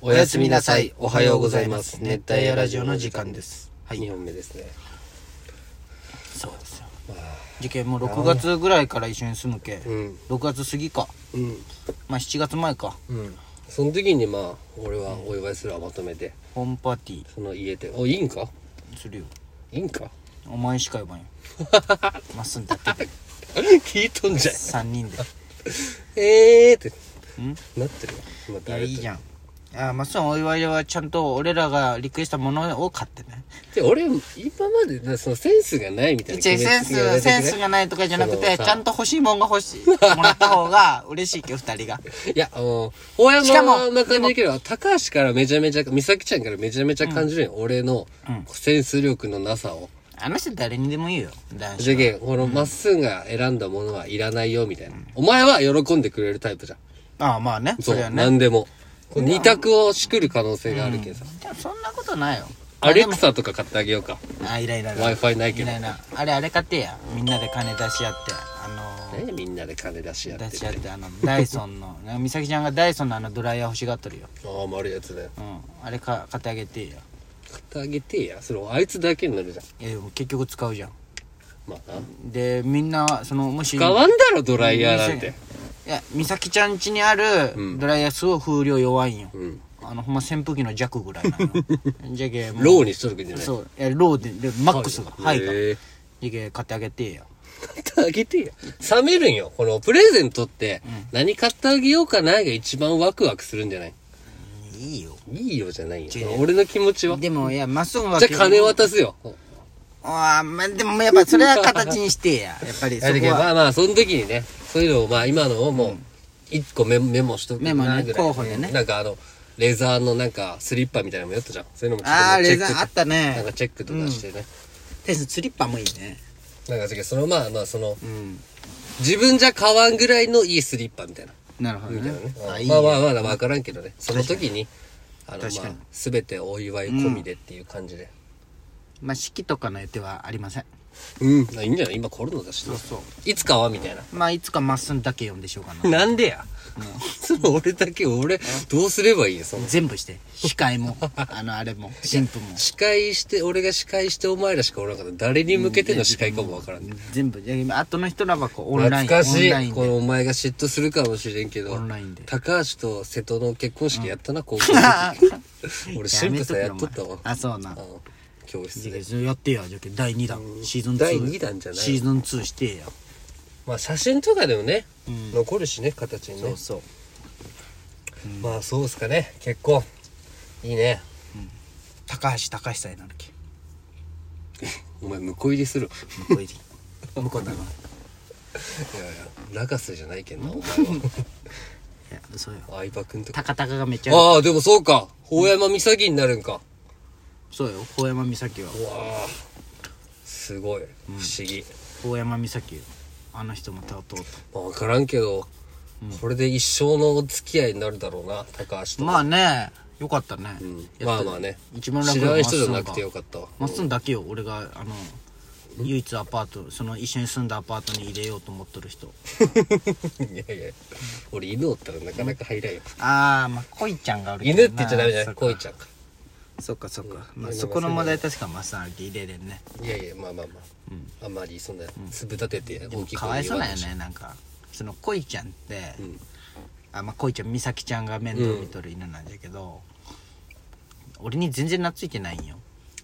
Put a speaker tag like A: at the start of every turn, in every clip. A: おやすみなさい。おはようございます。熱帯夜ラジオの時間です。
B: はい
A: 2本目ですね。
B: そうですよ受験も6月ぐらいから一緒に住むけ、
A: うん。
B: 6月過ぎか
A: うん。
B: まあ7月前か
A: うん。その時にまあ、俺はお祝いするわ、まとめて。
B: ホームパーティ
A: その家で。お、いいんか
B: ーするよ
A: いいんか
B: お前しか呼ばんよまっすんだって
A: 聞いとんじゃん。
B: 3人で
A: えーって
B: うん
A: なってるよ。ま
B: い
A: た
B: や
A: あ
B: い
A: れ
B: いじゃんあーまっすんお祝いはちゃんと俺らがリクエストしたものを買ってね
A: で、俺、今までなそのセンスがないみたいな
B: 一応センスセンスが
A: い。
B: ないとかじゃなく
A: その
B: て
A: さ
B: ちゃんと欲しいもんが欲しいもらった方が嬉しいけど2人が
A: いや、あの、大
B: しか
A: 山
B: も
A: な感じだけど、高橋からめちゃめちゃ、美咲ちゃんからめちゃめちゃ感じるよ。俺の
B: うん
A: センス力のなさを。
B: あの人誰にでも言うよ男
A: じゃ
B: 子
A: けん、このまっすんが選んだものはいらないよ、みたいな。お前は喜んでくれるタイプじゃん。
B: ああまあねそ
A: そう、
B: れはね
A: 何でも。こう二択をしくる可能性があるけどさ。
B: でもそんなことないよ
A: アレクサとか買ってあげようか。
B: あいらいらいら
A: Wi-Fi ないけど
B: いらいらあれあれ買ってやみんなで金出し合ってあのー
A: ね、みんなで金出し合って、ね。
B: 出し合ってあのダイソンの ね美咲ちゃんがダイソンのあのドライヤー欲しがっとるよ
A: ああ、丸いやつね。
B: うんあれか買ってあげてよ
A: 買ってあげてや。それ、あいつだけになるじゃん。
B: いやでも結局使うじゃん
A: まあな。
B: でみんなそのもし
A: 使わんだろ、ドライヤーなんて。
B: いや美咲ちゃん家にあるドライヤーすごい風量弱いんよ、
A: うん。
B: あのほんま扇風機の弱ぐらい なのじゃけもう
A: ローにしとるけんじゃない。
B: そういやローででマックスがハイが
A: へえ
B: じゃけ買ってあげてよ
A: 買ってあげてよ。冷めるんよ。このプレゼントって、何買ってあげようかなが一番ワクワクするんじゃない
B: いいよ
A: いいよじゃないよ
B: 違う。
A: 俺の気持ちは。じ
B: でもいやまっすぐは
A: ゃあ金渡すよ。
B: ああ、まあ、でもやっぱそれは形にしてや。やっぱりそ
A: やるけ
B: こ
A: どま
B: は。
A: あまあ、その時にね、そういうのを、まあ今のをもう、一個メモメモしとく
B: メモね
A: なぐらい
B: 候補でね
A: なんかあの、レザーのなんか、スリッパみたいなのもやったじゃん。そういうのもちょっと
B: ああ、
A: ねチェ
B: レ
A: ック
B: ザ
A: と
B: ー
A: か
B: あっ
A: な
B: た
A: ん
B: ね
A: か。チェックとかしてね。
B: テススリッパもいいね。
A: なんかだけどそのまあまあ、その、
B: うん。
A: 自分じゃ買わんぐらいのいいスリッパみたいな。
B: なるほどね。あ、いい
A: まあ
B: よ。
A: まあまだ分からんけどねその時にあのまあ
B: 確かに
A: 全てお祝い込みでっていう感じで
B: まあ、式とかの予定はありません。
A: うん、あいいんじゃない今コロナだし
B: そうそう。
A: いつかはみたいな
B: まあ、いつかまっすんだけ読んでしようか な。
A: なんでや、その俺だけ俺どうすればいいよその
B: 全部して。司会 も、あの、あれも、新婦も。
A: 司会して俺が司会してお前らしかおらんかった誰に向けての司会かも分からん、
B: 全部。で今後の人らはこう、オンライン。
A: 懐かし
B: オンライ
A: い
B: ン
A: こ
B: で。
A: のお前が嫉妬するかもしれんけど
B: オンラインで
A: 高橋と瀬戸の結婚式や ったな、高校の時俺
B: や
A: 新
B: め
A: 婦さ
B: と
A: ん
B: け
A: やっとったわ
B: お前あ、そうな
A: あ。の教室
B: じ
A: で
B: ゃあそれやってや、じゃあ第2弾。シーズン2。
A: 第二弾じゃない
B: シーズン2してや。
A: まあ写真とかでもね、残るしね形にね
B: そうそう。
A: まあそうですかね結婚いいね
B: 高橋高橋さんになるけ。
A: お前向こう入りする
B: 向こう入り向こうだない
A: やいや中洲じゃないけんなお前
B: やそうよ
A: は相葉君とか
B: 高高がめっちゃ
A: ああでもそうか大山美咲になるんか、
B: そうよ大山美咲は
A: うわあすごい不思議、
B: 大山美咲よあの人もたとう
A: まあ、分からんけど、これで一生のお付き合いになるだろうな高橋
B: と
A: と
B: まあねよかったね、
A: うんま
B: やった
A: あまあね
B: 一番楽
A: 知ら
B: な
A: な
B: のはい
A: 人じゃなくてよかったわ
B: まっすんだけよ俺があの唯一アパートその一緒に住んだアパートに入れようと思っとる人
A: いやいや俺犬おったらなかなか入らんよ、
B: ああまあ恋ちゃんがおるけど
A: 犬って言っちゃダメじゃ
B: そ
A: な
B: っ
A: い
B: か
A: こいちゃんか
B: そっかそっか、
A: うん
B: まあ、そこの問題確かまっすんあれで入れれんね
A: いやいやまあまあまあ、あんまりそんな粒立てて大きく
B: かわいそう
A: な
B: だよねなんかその恋ちゃんって、
A: ん
B: あまあ恋ちゃん美咲ちゃんが面倒見とる犬なんだけど、俺に全然懐いてないんよ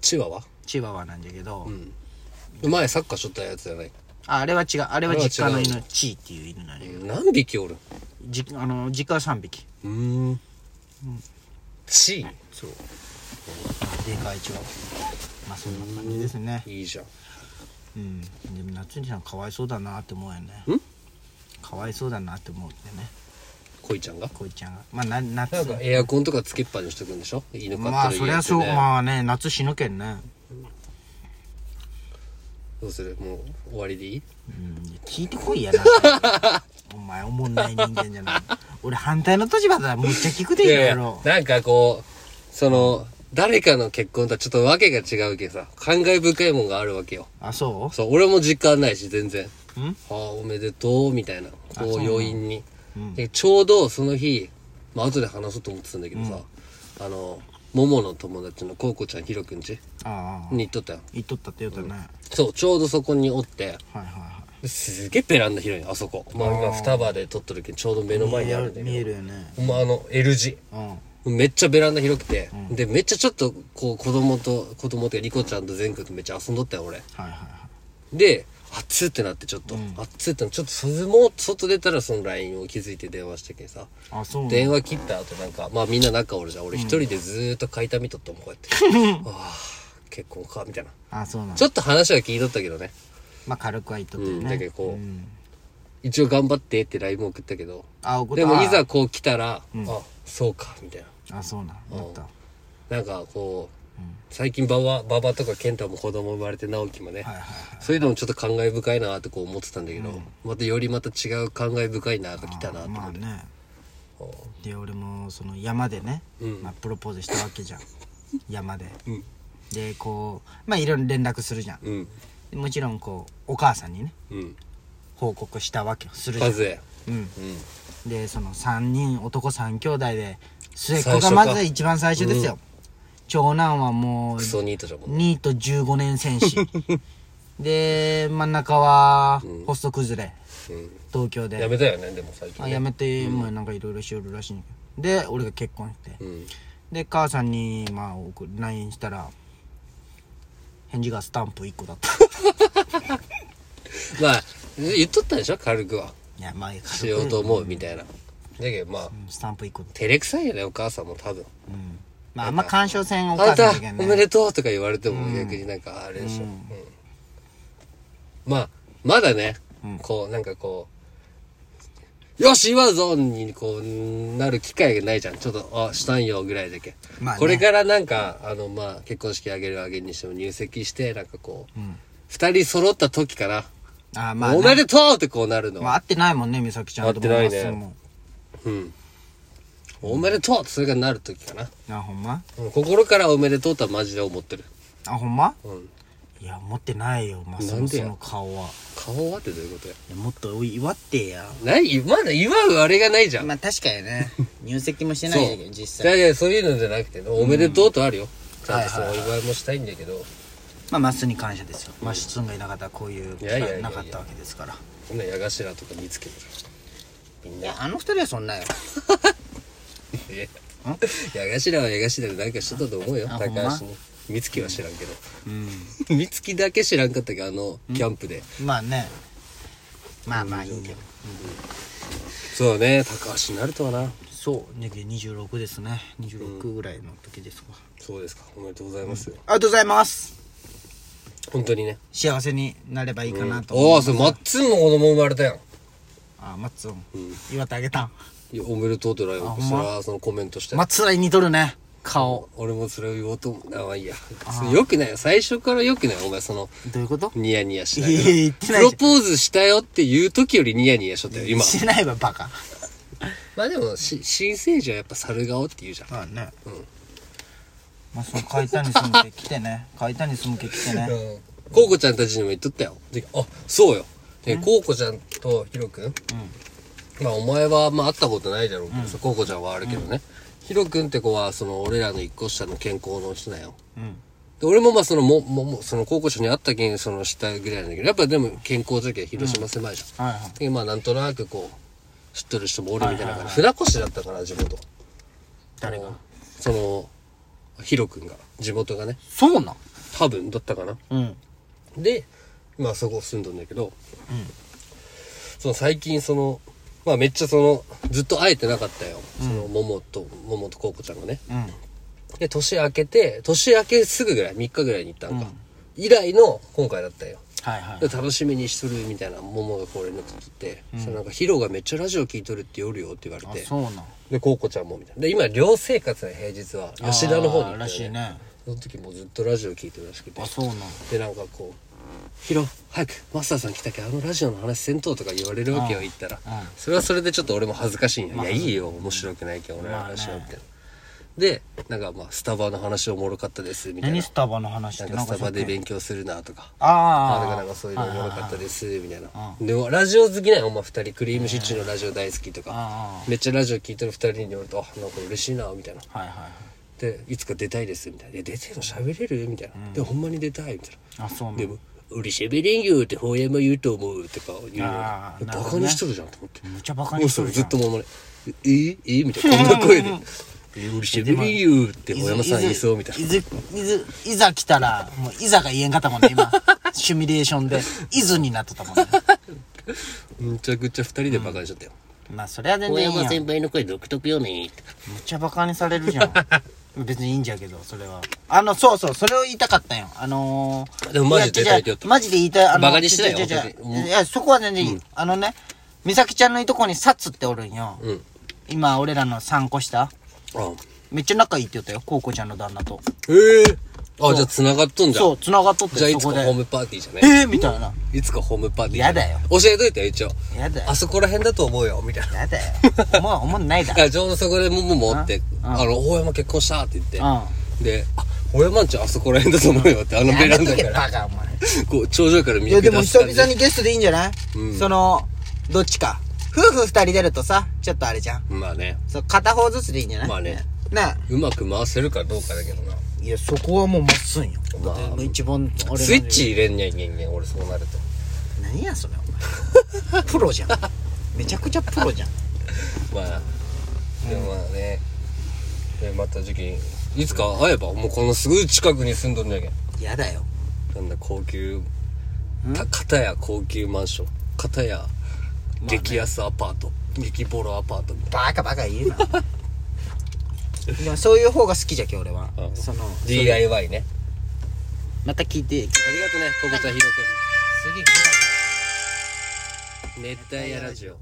A: チワワ
B: チワワなんだけど、
A: ん前サッカーしょったやつじゃない、
B: ああれは違うあれは実家
A: あれは
B: の
A: 違う
B: 犬チーっていう犬なんだけど、
A: 何匹おる
B: じあの実家は3匹
A: うーんチ
B: そうでかいチワワまあそんな感じですね
A: ーいいじゃん
B: うんでも夏にさんかわいそうだなって思うよね
A: ん
B: かわいそうだなって思うよね
A: こいちゃんが
B: 恋ちゃんがまあな
A: な
B: 夏
A: んかエアコンとかつけっぱにしとくんでしょ犬飼ってる
B: まあそりゃそう
A: 家ってね
B: まあね夏死ぬけんね
A: どうするもう終わりでいい
B: うん聞いてこいやな お前おもんない人間じゃない俺反対の立場だむっちゃ聞くでいろいろ
A: なんかこうその誰かの結婚とはちょっとわけが違うけどさ感慨深いもんがあるわけよ
B: あそ
A: そう俺も実感ないし全然
B: ううん
A: ああおめでとうみたいな
B: あそう
A: こう
B: なの
A: 余韻に、
B: うん
A: でちょうどその日まあ後で話そうと思ってたんだけどさ、あの、ももの友達のコウコちゃん、ひろくんち
B: ああ
A: に行っとったよ。
B: 行っとったって言うたね、はい
A: そう、ちょうどそこにおって、
B: はいは
A: すげえベランダ広いのあそこ。まあ今双葉で撮ってるけど、ちょうど目の
B: い
A: 前にあるんだけ
B: 見えるよね
A: ど。まああの、L 字。
B: うん
A: めっちゃベランダ広くて、で、めっちゃちょっと、こう、子供と、子供っていうか、リコちゃんと善くんとめっちゃ遊んどったよ、俺。
B: はいはいは
A: で、熱ってなってちょっと、熱ってなって、ちょっと、それも、外出たらその LINE を気づいて電話したけんさ。
B: いあそう
A: 電話切った後なんか、まあみんな中おるじゃん。俺一人でずーっと買いたみとったもん、こうやって。ああ、結婚か、みたいな。
B: あそうなん
A: ちょっと話は聞いとったけどね。
B: まあ軽くは言っとったよ
A: うん
B: ね
A: だけどこう
B: うん
A: 一応頑張ってって LINE も送ったけど。
B: あおこ
A: でも
B: あ
A: いざこう来たら、あ、そうか、みたい
B: あそうなんだった
A: な。なんかこう、最近ババ、ババとか健太も子供生まれて直樹もね、
B: はいはい
A: そういうのもちょっと感慨深いなってこう思ってたんだけど、またよりまた違う感慨深いなが来たなと思
B: まあ
A: って。
B: ねで俺もその山でね、まあ、プロポーズしたわ けじゃん山で、でこうまあいろいろ連絡するじゃん、
A: うん。
B: もちろんこうお母さんにね
A: うん。
B: 報告したわけよするじゃ
A: ま
B: ん、
A: ずい。
B: うん、
A: うん。
B: でその3人男3兄弟で末っ
A: 最
B: 子
A: 初
B: が
A: か
B: まず一番最初ですよ、長男はもう
A: クソニートじゃんもんね。
B: 2と15年戦 士で真ん中はホスト崩れ、
A: うん。
B: 東京で
A: やめたよね、でも最近
B: あ
A: ね。
B: やめて、もうなんかいろいろしよるらしいんやけどで俺が結婚して、
A: うん。
B: で母さんにまあ送 LINE したら返事がスタンプ1個だった
A: まあ、言っとったでしょ軽くは。
B: いやまあ
A: しようと思う、みたいな。だけどまあ、
B: スタンプ1個だった
A: 照れくさいよね、お母さんも多分。
B: うんまああんま干渉せんお
A: あな
B: 母
A: た
B: さんだけど、
A: お
B: ね、
A: めでとうとか言われても逆になんかあれでしょ。うんまあ、まだね、こう、なんかこう、よし、言わんぞに、こう、なる機会がないじゃん。ちょっと、あ、したんよ、ぐらいだけ。
B: まあね
A: これからなんか、あの、まあ、結婚式あげるあげるにしても入籍して、なんかこう、二、人揃った時かな。
B: あまあね、
A: おめでとうってこうなるのは
B: まあ会ってないもんね美咲ちゃんとも
A: 会ってないね
B: マッスンも
A: うん。おめでとうってそれがなるときかな。
B: あほんま
A: うん心からおめでとうとはマジで思ってる。
B: あほんま、
A: うん
B: いや持ってないよマッス
A: なん
B: ン
A: で
B: そ
A: や
B: の顔は
A: 顔はってどういうことや
B: いやもっとお祝ってや
A: ないまだ祝うあれがないじゃん。
B: まあ確かに ね入籍もして
A: そう。
B: ないんだけど実際
A: いやいや、そういうのじゃなくて、おめでとうとあるよ。ちゃんとそのお
B: はい
A: 祝いもしたいんだけど、
B: まあマッスンに感謝ですよマッスンがいなかったらこういう機
A: いやいやいやい
B: 会
A: や
B: なかったわけですから
A: こんな矢頭とか見つけてみん
B: い
A: な。
B: やあの二人はそんなよ
A: え 矢頭は矢頭でなんかしとったと思うよ、
B: あ
A: 高
B: ほんま
A: 橋に。美月は知らんけど。
B: うん
A: 美月だけ知らんかったけど、あの、キャンプで。
B: まあねまあまあいいんだよ
A: そうね、高橋になるとはな。
B: そうね26ですね26ぐらいの時ですか、
A: そうですか。おめでとうございます。
B: ありがとうございます
A: 本当にね。
B: 幸せになればいいかなと
A: あ
B: 思
A: あ、
B: います、
A: それ、マッツンの子供生まれたやん。
B: あマッツン、祝ってあげた
A: いやおめでとうってライブしたら、そのコメントして。
B: マッツンらに似とるね顔
A: 俺もそれを言おうと思う。あ、まあいいや。よくないよ。最初からよくないよお前、その、
B: どういうこと
A: ニヤニヤし
B: い
A: な
B: や
A: い
B: いや言って
A: プ
B: ない
A: ロ
B: じ
A: ポーズしたよっていう時よりニヤニヤしとったよ、
B: ゃん
A: 今。
B: してないわバカ
A: まあでも、し新生児はやっぱ猿顔って言うじゃん。
B: まあねまあその海谷住む家来てね海谷住む家来てね
A: コウコちゃんたちにも言っとったよ。であ、そうよ。で、コウコちゃんとヒロくん。まあ、お前は、まあ、会ったことないだろうけどさ、コウコちゃんはあるけどね。ヒロくんって子は、その、俺らの一個下の健康の人だよ。
B: うん
A: で俺もまあそのも、も、も、その高校生に会ったけん、そのしたぐらいなんだけど、やっぱでも健康じゃけん広島狭いじゃん。
B: はいはい
A: で、まあなんとなくこう、知っとる人もおるみたいな感じ。船越だったから、地元。
B: 誰が
A: その、ヒロ君が、地元がね、
B: そうなん
A: 多分だったかな。
B: うん
A: で、まあそこ住んどんだけど、その最近その、まあめっちゃその、ずっと会えてなかったよ。その、桃と、桃と高子ちゃんがね。
B: うん
A: で、年明けて、年明けすぐぐらい、3日ぐらいに行ったんか。以来の今回だったよ。
B: はいはい
A: で楽しみにしとるみたいな桃がこう連絡取って、そのなんかヒロがめっちゃラジオ聞いとるって夜よって言われ
B: あ
A: て
B: そうなん
A: でコウコちゃんもみたいなで今寮生活の平日は吉田の方に行ったよ
B: あーらしいね
A: その時もずっとラジオ聞いてるらしくて
B: あそうなん
A: でなんかこう「ヒロ早くマスターさん来たけあのラジオの話せんと」とか言われるわけよ言ったら、
B: うん
A: それはそれでちょっと俺も恥ずかしいんよ、いやいいよ面白くないけど俺の話はみたいな、でなんかまあスタバの話おもろかったですみたいな
B: 何スタバの話
A: な
B: っ
A: ん
B: て
A: かスタバで勉
B: 強
A: 強するなとかあだからな
B: あ
A: ん
B: ー
A: かそういうのおもろかったですみたいな
B: あ
A: でもラジオ好きなんよお前二人クリームシチューのラジオ大好きとか
B: あ
A: めっちゃラジオ聞いてる二人に言われてあなんか嬉しいなみたいな
B: あはいはいはい
A: でいつか出たいですみたいな「いや出てるの喋れる?」みたいな「でほんまに出たい」みたい
B: あそ
A: な
B: うな
A: 「
B: ん
A: で
B: だ
A: も俺喋れんよ」って大山言うと思うとか言う
B: あーなる
A: バ
B: ほ
A: カ
B: どね
A: にしとるじゃんと思って
B: めっちゃバカ
A: もう
B: にし
A: そ
B: と
A: れ
B: る
A: ず
B: じゃ
A: っ
B: ん
A: と守れ「えいえいみたいなこんな声で「え俺喋れんよ」って大山さん言いそうみたいない
B: ずいずいざ来たらもういざが言えんかったもんね今 シミュレーションでいずになってたもんね
A: むちゃくちゃ二人でバカにしちゃったよ
B: まあそれは全
A: 大
B: 然いい
A: 山
B: やん
A: 先輩の声独特よねって
B: めっちゃバカにされるじゃん別にいいんじゃけどそれはあのそうそうそれを言いたかったんよあのー、
A: でもマジで
B: いや
A: 伝
B: 違う
A: えてよと
B: マジで言いたいあの
A: バカにしてないよ
B: 違う違う違う
A: 本当にうん
B: いやそこは全然いい、あのね美咲ちゃんのいとこにサツっておるんよ、
A: うん
B: 今俺らの3個下
A: あ
B: めっちゃ仲いいって言ったよコウコちゃんの旦那と
A: ええあじゃあ繋がっとんじゃ
B: そうん繋がっとって
A: じゃあい
B: そ
A: つ
B: こ
A: か
B: で
A: ホームパーティーじゃね
B: えー、みたいない
A: つかホームパーティー
B: やだよ
A: 教えといてよ一応
B: やだよ
A: あそこら辺だと思うよみたいな
B: やだよもう思んないだ
A: だから ちょうどそこでもももって「
B: うん
A: あの大山結婚した」って言って
B: う
A: で「あ大山んちあそこら辺だと思うよ」ってあのベランダ
B: やめと
A: か
B: け
A: ら
B: バカお前
A: こう頂上から見
B: いや
A: 下
B: でも
A: 出す
B: 久
A: 感じ
B: 々にゲストでいいんじゃない、そのどっちか夫婦二人出るとさちょっとあれじゃん
A: まあね
B: そう片方ずつでいいんじゃない
A: まあね
B: なあ
A: うまく回せるかどうかだけどない
B: やそこはもうまっすんよ、まあ、一番俺の
A: スイッチ入れんにゃいけんねん俺そうなると
B: 何やそれお 前プロじゃんめちゃくちゃプロじゃん
A: まあでもまあねでまた時期いつか会えばもうこのすぐ近くに住んどんじゃけん
B: やだよ
A: なんだ高級た片や高級マンション片や激安アパート、激ボロアパートみたいな
B: バカバカ言うなでもそういう方が好きじゃけ俺は
A: うん
B: その
A: DIY ね
B: また聞いて
A: ありがとねここちゃんひろくん熱帯夜ラジオ